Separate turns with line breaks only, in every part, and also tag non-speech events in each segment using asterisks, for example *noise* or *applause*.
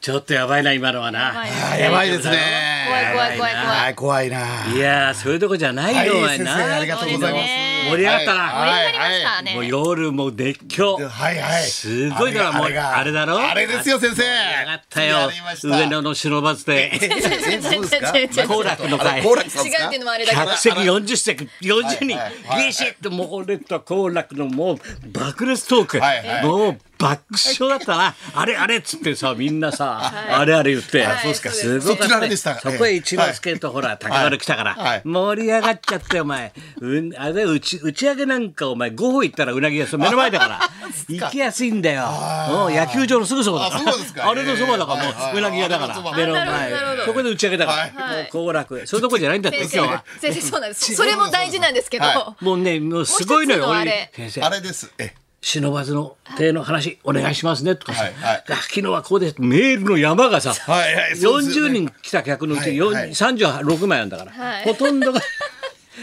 ちょっとやばいな、今のはな。
あやばいですね。
怖い怖い怖い怖い。
はい、怖いな。
いやー、そういうとこじゃないよ、お
は
前
い、先生、
な。
ありがとうございます。
盛り上がったな
盛り上がりました
もう
*laughs* ね。
夜も熱狂。
はいはい。
すごいだろ、もう、
が
あれだろ
あれですよ、先生。
上がったよ
やりまし。た
上野の忍ばず
*laughs*
で。
えそうですか
違う違う違う
好楽の
あれ
会。
好楽さん
違
です
うっ
か
ていうのもあれだけど。
客席40席、40人
はいはいは、い
ビシッと、もう俺と好楽のもう、爆裂トーク
はいは。い
もう、爆笑だったな。あれあれっつってさ、みんなさ、あれあれ言って。
そうっすか
すごか
そっちの
った
あれ
ね。
でした
そこへ一之輔とほら、高丸来たか
は
ら
い、
盛り上がっちゃって、お前。うんあれだよ打ち、打ち上げなんか、お前、5歩行ったらうなぎ屋さん、目の前だ
*laughs*
から。行きやすいんだよ。うん野球場のすぐそこだか
あ
ら
そうです。か
*laughs* あれのそばだから、も、
はいはいう
うなぎ屋だか
あ
ら。
な
目
る
の
ほどな
前
るほど。
そこで打ち上げだから。
はい
もう好楽。そういうとこじゃないんだって、今日
先生
は。
先生そうなんです。それも大事なんですけど。
は
もうね、もうすごいのよ、
もう一つのあ
俺
れ
先生。
あれです。え、
忍ばずの手の話、お願いしますね、とかさ
はいはい。
あ昨日はこうです。メールの山がさ、
はいはいそうですよ
40
ね
人来た客のうち
はい
よん
はい
36枚なんだから、
はい
ほとんどが *laughs*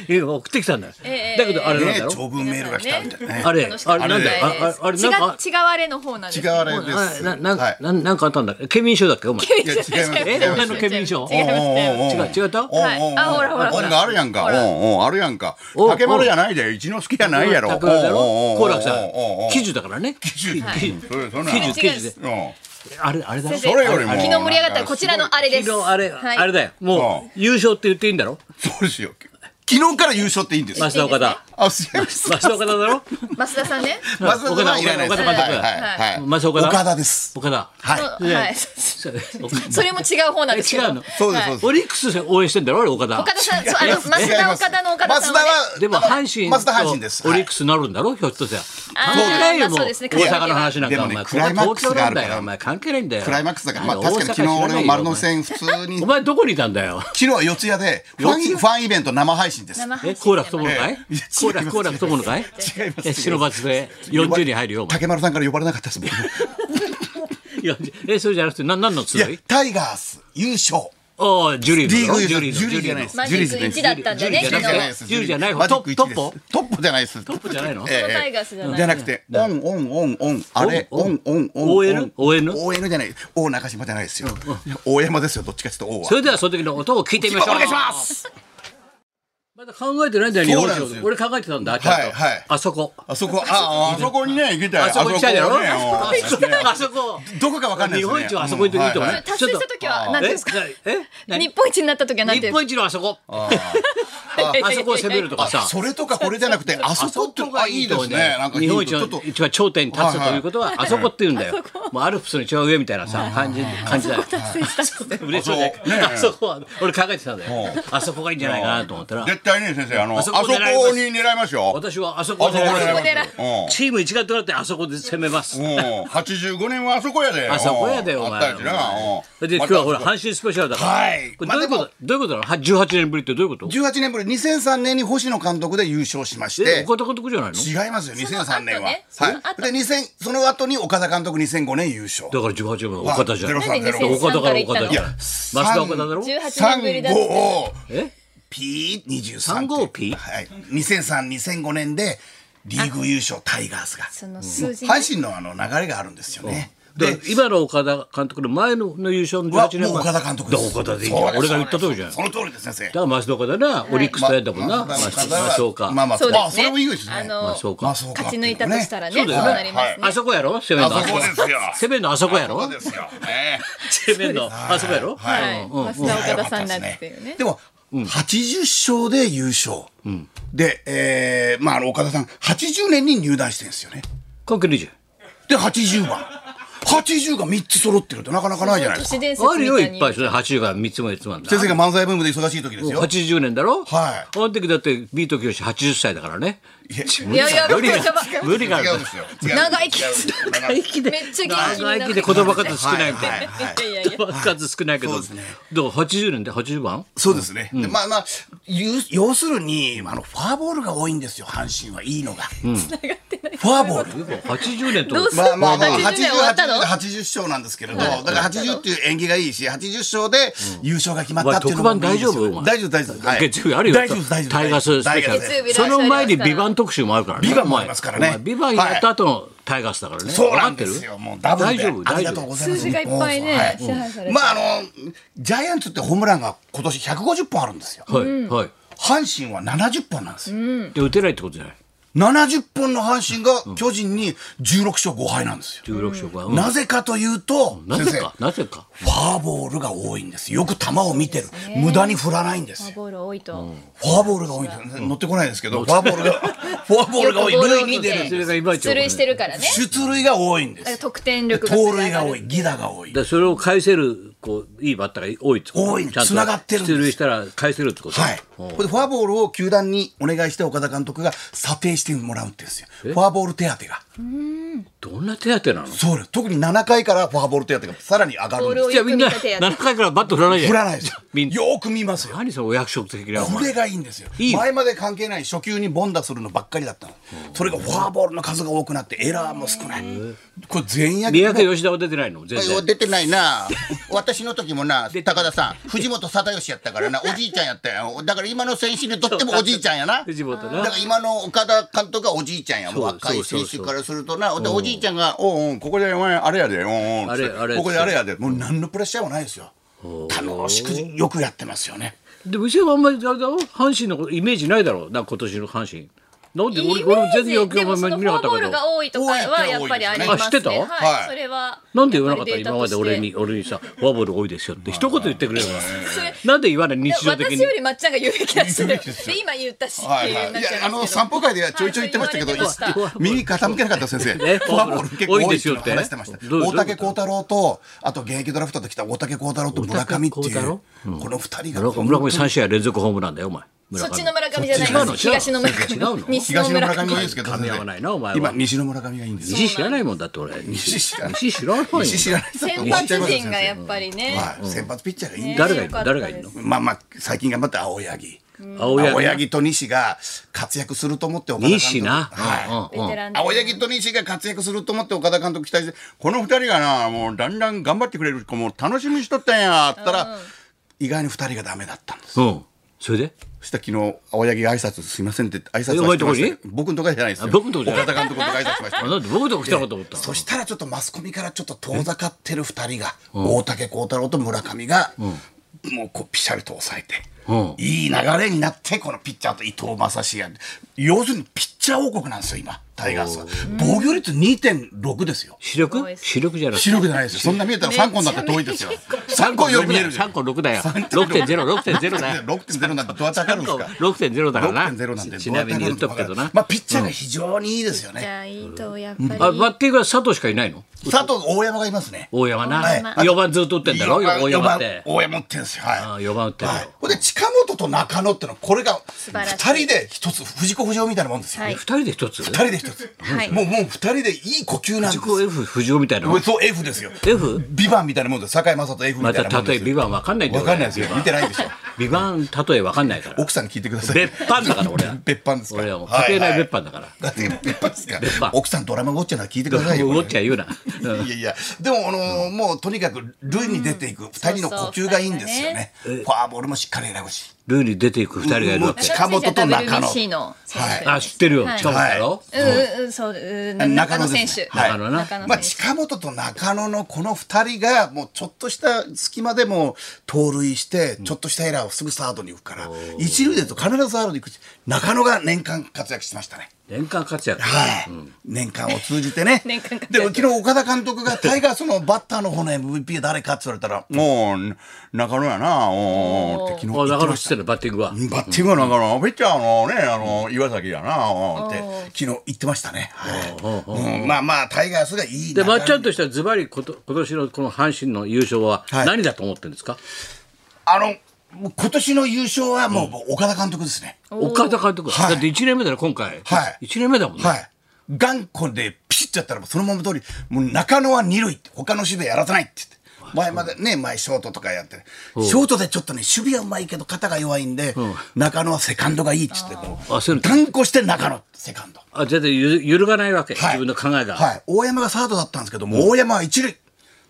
いや送ってきたんだよ。
ええ
だけど、あれなん
ね
だ、ろ
長文メールが来たみたいなね。
あれ、あれなんだよ。あああれ、なんか、
違う違われの方なんです。
違うあれで
あ
す。
ななん
はい。
なんなんかあったんだっけ県民賞だっけお前。
いや違います。
え、
違いま
他
す
の県民賞
違います
違う違った
はいあほらほらほら
音があるやんか。お
ほ
ん
ら
おんあるやんか。
おう
竹丸じゃないで、一之輔じゃないやろ。
高田だろ
おんおんおん
好楽さん
おんおんおん
喜寿だからね
喜寿
喜寿
それそれな
喜寿喜寿で
うん
あれあれだろ
先生
それよりも
あ昨日盛り上がったこちらのあれです。
昨日あれ、
はい
あれだよもう優勝って言っていいんだろ
そうですよ。昨日から優勝っていいんですよ。
増田岡
*laughs*
田
あ、すいません。
増田岡田だろ
増田さんね。
まず
岡田
いらないです。
岡田
はいはいはい
岡田岡田
岡田です。
岡田
はい
はい。
そう
それも違う方なんですけど。
違うの
そうですそうです
オリックス応援してんだろ俺岡田
岡田さん、そうあの増
違い
田
ます
岡田の岡田さんはね。
増田は
でも
あの
阪神
増田阪神です。
とオリック
ス。
スなるんだろひょっとしたら
あー
関係ないよもう
まあそう
大
ですね
阪の話なん
で
か
も
お
ね
前こ
クライマ
こ
ックス
東京なんだ
があるか
よ
ら
お前関係ないんだよ
クライマックスだから、まあ
大
確かに昨日
阪
俺
知
も
らない
丸
よ
の線普通に、
お
昨
前どこにいたんだよ
日は四谷でファンファンイベント生配信です。
生配信
え、好楽友の
え
会
えいや違います
好楽、好楽友の会
違います
え、忍ばずで40人入るよ、お前。
竹丸さんから呼ばれなかったですもん。
40え、それじゃなくて、な何の
いや
*laughs* 集い、
タイガース優勝。
ああ、ジュリーの。
リーグ優勝
ジュリーの。
ジュリーじゃないです
マジック一だったんだね、
ジュリーじ
昨
ゃ
日
な
は。
い10じゃない方
マジック
トッ
1です
トッポ
トッポじゃないです。トッ
ポじゃないの
ええ
トッポタイガースじゃない
じゃなくて、オンオンオンオン、あれ、
オ
オ
ン
ンオンオン。
OL ON
?ON じゃない。O 中島じゃないですよ。大山ですよ、どっちかっていうと O は
そ。れでは、その時の音を聞いてみましょう。
お願いします
*laughs* まだ考えてないんだよ、日本
そうなんです
酒。
よ
俺考えてたんだ、ちゃんと。
はいはい
あそこ。
あそこ、あ、あそこにね、行きたい。
あそこ行きたいだろ
あそこ
あ *laughs*
ね
そこあそこ。
どこかわかんない
日
ですね。
本一はあそこ行っていいと
うん
か
はいは
ね
い。
達成した時は何ですか
ええ何
日本一になった時は
日
何て言う
本
んで
一のあそこ。あ
すか
そこを攻める
*laughs*
とかさ。
それとかこれじゃなくて、あそこって、あ、いいですね。なんか
日本
い
一
いちょ
の
っと、
一番頂点に立つということは、あそこって言うんだよ。もうアルプスの一番上みたいなさ、感じ、感じだよ。
達成したって
嬉しそうであ
あそうね。
そこは、俺考えてたんだよ。あそこがいいんじゃないかなと思ったら、
絶対ね、先生、あの、
あ
あ
そ
そ
こ
こ
を
に
狙います
狙いますよ。
私はあそ
あ
こ
そ
で、
こ狙い
あ
ま
そ
すよ。うん
チーム一丸となってあそこで攻めます。
うん、85年はあそこやで。
あそこやで、
うん
お
あった
前
やつな。うん
で、今日はほら、阪神スペシャルだから。
はい
これどういうこ
まあ
とどういうことなのは ?18 年ぶりってどういうこと
18年ぶり、2003年に星野監督で優勝しまし
え、
て、
岡田監督じゃないの
違いますよ、2003年は。はい
その後ねその後。
で、2000、その後に岡田監督2005年優勝。
だから18年の岡田じゃん。
わ
岡
03
なんで
03
田
2003か
からら
行っ
岡
た
田
の
じゃん。
いや
増田岡田だろ
18年ぶり
3
だって
号を
え
P23
35P
はい20032005年でリーグ優勝タイガースが
その数字ね
阪神のあの流れがあるんですよね
で
で
今の岡田監督の前の優勝の
は
18年
も
前
う岡田監督で
だ
す
岡田でいいじゃん俺が言った通りじゃんだ
そ
か
の通りです先生
ら増田岡田な、オリックスとやったもんな、
まあ
増
岡
田
田は
増田岡、
まあまあ
そう
あ
です
そ
ね
れもいいですね
増田岡
の
まあそうか
勝ち抜いたとしたら
そ
ね
う
そ
だ
う
よね
なります
は
ね
い
あそこやろ攻めるのあ
あ
そ
そ
こ
こですよ
攻めるのあそこやろ
そうですよね
攻めるのあそこやろ、
はい増田岡田さんだっていうね
でも、80勝で優勝、で、えーまあ、あの岡田さん80年に入団してるんですよね
今季20
で80番80が3つ揃ってるってなかなかないじゃないで
都
すか
市伝説み
あるよ
たい
いっ
に
ぱいそれ80が3つも4つもあるんだ
先生が漫才ブームで忙しい時ですよ
80年だろ
はい
あの時だってビート清志80歳だからね
いや
いやいや
無理が
ちょっと待って
無理がある
違うんですよ違うんです
長生き
違うんです
長生きで
めっちゃ元気になって
長生きで言葉数少ないみたいな、
はいはいは
い
い
やいやい
言
や
葉数少ないけど、
そうですね
どう80年で80番
そうですね、でまあまあゆ要するにあのフォアボールが多いんですよ阪神はいいのが、フォアボール
80年と
どうす
まあまあまあ
80
80
終わったの
80勝なんですけれど、だから80っていう縁起がいいし80勝で優勝が決まったっていうのもいいですよ
お前特番大丈夫お前
大丈夫大丈夫、はい
月曜日あるよ
大丈夫大丈夫
タイガーススペシャ
大丈夫
月曜
ル
日
その前に「ビバン特集もあるからね
ビバンもありますからね
お前ビバンやった後のタイガースだからね。
そうなんですよ。
わかってる
もうダブ
大
ルで。
丈夫
あ
大
りが
丈
とうご
夫。
ざいま
数
す。
字がいっぱいね
はい
支配されて
まああのジャイアンツってホームランが今年150本あるんですよ。
はいはい。
阪神は70本なんですよ。
で打てないってことじゃない。
70本の阪神が巨人に16勝5敗なんですよ。
16勝が。うん
なぜかというと、
な
先
ぜ
生
かなぜか。
フォアボールが多いんですよ。よく球を見てる。無駄に振らないんで
フォ
す
ア
よ。
ボール多いと。
フォアボールが多いんです。乗ってこないですけど、フォアボールが、フォアボールが多い。
よくボールを
塁
見
に
て
出るん
そ
で
れ
す。
がいまいちよく
出
ね。
塁してるからね。
出塁が多いんです。
得点力が
盗塁が多
多
い。犠打が多い。
でそれを返せるこういいバッターが多いってこと
多い
ちゃんと
繋がってるんです
出塁したら返せるってこと
はい。これでフォアボールを球団にお願いして岡田監督が査定してもらうんですよ。フォアボール手当が。
どんな手当なの
そうです。特に7回からフォアボール手当がさらに上がるん
ボー
で
ルを
じゃあ
よ
み
く
ん
見
な
た手
7
当。
回からバット振らない
す。
じゃ
振
ん
らないです
みんな
よ。よく見ますよ。
何そのお役職的なお
こ
前
れがいいんですよ
いいの
前まで関係ない初球にボンダするのばっかりだったのそれがフォアボールの数が多くなってエラーも少ないこれ全野
三
球の
宅吉田は出てないの全然
出てない
*laughs*
な私の時もな高田さん藤本貞義やったからなおじいちゃんやったよだから今の選手にとってもおじいちゃんやな
藤本な
だから今の岡田監督はおじいちゃんやも
そ
う
う
若い
そう
選
そう
手からするとなおおじいちゃんが「おうおうここでお前あれやでおうおう
あれあれ
ここであれやで」もう何のプレッシャーもないですよ楽しくよくやってますよね
でも石はあんまりあれだろ阪神のことイメージないだろうな今年の阪神なんで俺俺も全然野球
で
も
も
あん
そ
まり
の
見
フ
なかっ
ォア
た
ボー
けど
ルが多いとかはやっぱりありますね。
あ知ってた
は
はいい。それは。
なんで言わなかった
やぱりデ
今
ータ
ま
と
で
して
俺に俺にさフォアボール多いですよって一言言ってくれるからなんで言わない
いや
日常的に
私よりまっちゃんが言うべきだし
言うべきですよ
で今言ったしっ
は
てい
いうは
よう
い、
にないっちゃい
やあの
ますけど
散歩会ではちょいちょい言ってましたけど、
はいそう言われてました
耳傾けなかった先生、フ
ね
ォアボール結構多いっていうのを話してまし
多いですよ
た。
ってどういう
大竹幸太郎と、あと現役ドラフトで来た大竹幸太郎と村上って
大竹
い
幸太
う
郎、
この二人が
村上村上三試合連続ホームランだよお前村
そっ
上
ちの村上じゃない
違うの
です東の村
違うの違うの
上西の
東の
村
村
上
上はいいですけど、
噛み合わないなお前は
今西の村上がいいんですよ。
西知らないもんだって俺西
西知らない。
西知らないよ
西知らない人だと
先
思っちゃ
発
いますよ。
陣がやっぱりね、
はい、先発ピッチャーがいいんですよ
誰がいるの誰が
強かったです
いるの
まあまあ最近頑張った青柳。
青
青
柳
柳と西が活躍すると思って岡田監督
西な
はい。
うんうん
ベテランで
青柳と西が活躍すると思って岡田監督期待してこの二人がなもうだんだん頑張ってくれる子もう楽しみにしとったんやったら、意外に二人がダメだったんです
うんそれで
そしたら昨日青柳が挨拶すいませんって挨拶
えお
は
前
して
と
ま
こ
したよ
に
僕のとこじゃないですよ
あ僕のとこじゃない
岡田監督のとこ挨拶しました
あなんで僕とこ来たのかと思った
そしたらちょっとマスコミからちょっと遠ざかってる2人が、大竹幸太郎と村上が、もうこうピシャリと抑えて、
うん
いい流れになってこのピッチャーと伊藤将司が要するにピッチャー王国なんですよ今タイガースは防御率2.6ですよ
視
すご
力
いです
視力じゃなくて
白くじゃないですよそんな見えたら3個になって遠いですよ3個より見えるじゃん
3個6だよ6.06.0だよ
*laughs* 6.0なんてどうやって測るんですか
6.0だからな
6.0なんてどうやって測るんですか
ちなみに言っとくけどな
まあピッチャーが非常にいいですよ
じ
ね
ゃあいいとやっぱり、
あバッティングは佐藤しかいないの
佐藤大山がいますね
大山な
はい
4番ずっと打ってんだろ
四番
大山って
四番大山打ってんですよはい
あ4番打ってる
はい、ほんで近本と中野ってのはこれが
晴らしい
2人で一つ藤子不二雄みたいなもんですよ、
は
二
い
2人で1つ
2人で一つ、
はい
もうもう2人でいい呼吸なんです
自己 F 藤尾みたいなの
そう F ですよ
F?
ビバンみたいなもんです堺雅人 F み
ま
たい
た
なもん
例え
ですよ
ビバンわかんないんだ
わかんないですよ見て
い
ないでしょ
ビバン例えわかんないから
奥さんに聞いてください
別班だから俺は
別班ですか
俺はもう家庭内別班だから
だって別班ですから
班
奥さんドラマウォッチャーなら聞いてく
ど
ださいよ
うもっちゃ言うな *laughs* うん
いやいや、でも、あのーもうとにかく、塁に出ていく二人の呼吸がいいんですよね。フォアボールもしっかり選ぶし。
ルーに出ていく2人がいるわけ
うん近本と中野
WBC の選手
は
あ知ってるよ
はい
近本だろ
うんうんうんそううん
中
中
野
野
で
選
すね
手、
はい
中野な
中野
まあ、
選
近本と中野のこの二人が、もうちょっとした隙間でも盗塁して、ちょっとしたエラーをすぐサードに行くから、一塁でと必ずサードに行くし、中野が年間活躍してましたね。
年間活躍
はい、年間を通じてね
年間活
で
躍
昨日岡田監督がタイガースのバッターの方の MVP 誰かって言われたら「もう中野やなおーって昨
あ
日言
だ
って
か
ま
ら知っ
し
たてるバッティングは
バッティングは中野、ピッチャーのねあの岩崎やなおーって昨日言ってましたね、はいうんまあまあタイガースがいい
で
流れ
まっちゃんとしてはズバリこと今年のこの阪神の優勝は
はい
何だと思ってるんですか、
あのもう今年の優勝はもう岡田監督ですね、
岡田監督、
はい
だって1年目だよ今回、
はい
一1年目だもんね、
はい頑固でピシッとやったらもうそのまま通りもう中野は二塁って他の守備はやらせないって言って前までね前ショートとかやってねショートでちょっとね守備はうまいけど肩が弱いんで中野はセカンドがいいって言っても
あそういううの
断固して中野セカンド
あ全然ゆ揺るがないわけ、
はい
自分の考えが、
はい大山がサードだったんですけども大山は一塁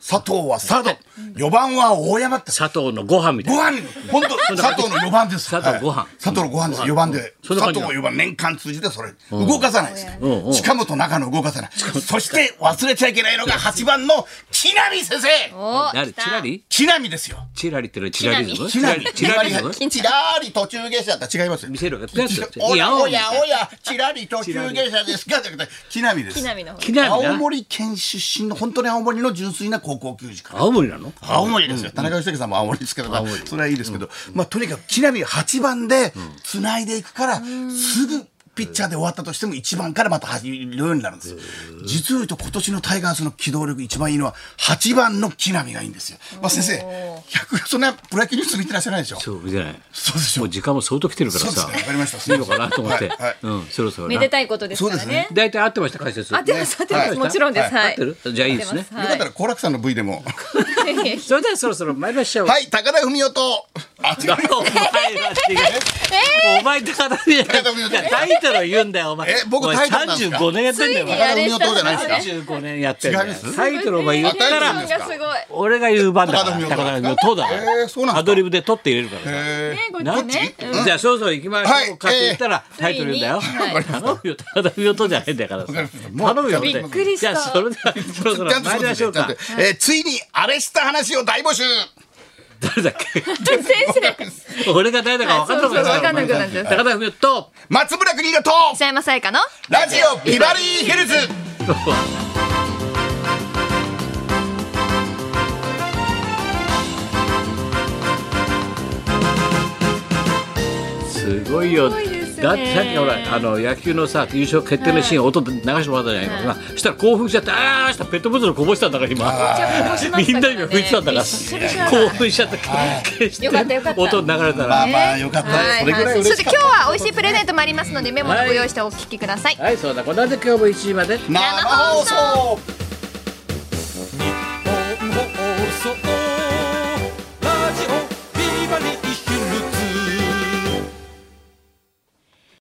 佐藤は佐渡、4番は大山って。
佐藤のご飯みたい
ご
な。
飯本当佐藤の4番です。
佐藤ご飯
はい佐藤のご飯です。4番で。
そんな感
佐
じ
藤
だ
4番年間通じてそれ動かさないですね
うんうん。
近本中野動かさない。そして忘れちゃいけないのが8番の木浪先生。
お
なる
来た
チラリ
木浪ですよ。
チラリってのはチラリズム
木浪。
チラリズム
木浪ちらり途中下車だったら違いますよ
見。せるわけですよ。
お
いや
や
お
お
いや
やおや、ちらり途中下車ですかじゃなくて、木浪です。
木浪の方
木南
青
な。
森県出身の本当に青森の純粋な高校球児から。
青森なの
青森ですよ。田中義之さんも青森ですけど、まあそれはいいですけど、まあとにかく木浪は8番で繋いでいくから、すぐピッチャーで終わったとしても1番からまた始めるようになるんですよ。実を言うと今年のタイガースの機動力一番いいのは8番の木浪がいいんですよ。まあ先生、100そんなプロ野球ニュース見てらっしゃらないでしょ。
そう見てない。
そうでしょ
もう。時間も相当来てるから
そうです
さ
ね。。わかりました。
いいのかなと思って
はいはい。
うん、そろそろ
め
な
で。たいことですから
そうで
ね
大体合ってました解説。
合ってます合ってますもちろんです
は
は
合
い
ってるじゃあいいですね。
合っ
よかったら好楽さんの V でも。
てますはい
それではそろそろ参りましょう。
はい、高田文夫と。あ、違う
だ。ろお前は違う。 *laughs* お前高田文夫
高田文夫
いやタイトル言うんだよお前。
え僕タイトルなんですか
35年やってんだよ。お
つい
前
にやれ
高田文夫とじゃないですか。
35年やってんだ
違い
よ
ます
タイトルお前言った
あタイトル
ら
です
がすごい
俺が言う番だから
高田文
高
夫
田文夫とだから
えーそうなんですか
アドリブで取って入れるからさ
え
ねこれ
な
ねうん
じゃあそろそろ行きましょうかっ
はい
て言ったらタイトル言うんだよ
ついにはい
頼むよ高田文夫とじゃないんだからさ
わかりましたもう
頼むよ
び
っくりし
じ
た
ゃあそれではそろそ
ー
ろ参りましょうか
ちゃんとちゃんとえーついにあれした話を大募集。
誰だっけ
先生
俺が誰だか分かんなくなっちゃう
はいそうそう分かんなくなっちゃう
高田文夫と
松村邦洋と
北山さやかの
ラジオビバリーヒルズ。
すごいよ。
すごいですね
だってさっきほらあの野球のさ優勝決定のシーン、音で流してもらったじゃないかな、そしたら興奮しちゃってああしたペットボトルこぼしたんだから今みんな今拭いてたんだから興奮しちゃって決して
よかったよかった
音流れたら、
まあまあよかった。
はい
それぐらい
はい、
嬉
そ
し
して
か
今
っ
日は美味しいプレゼントもありますのでメモのご用意してお聞きください、
はいそうだこんなで今日も1時まで
た。生放送。
放送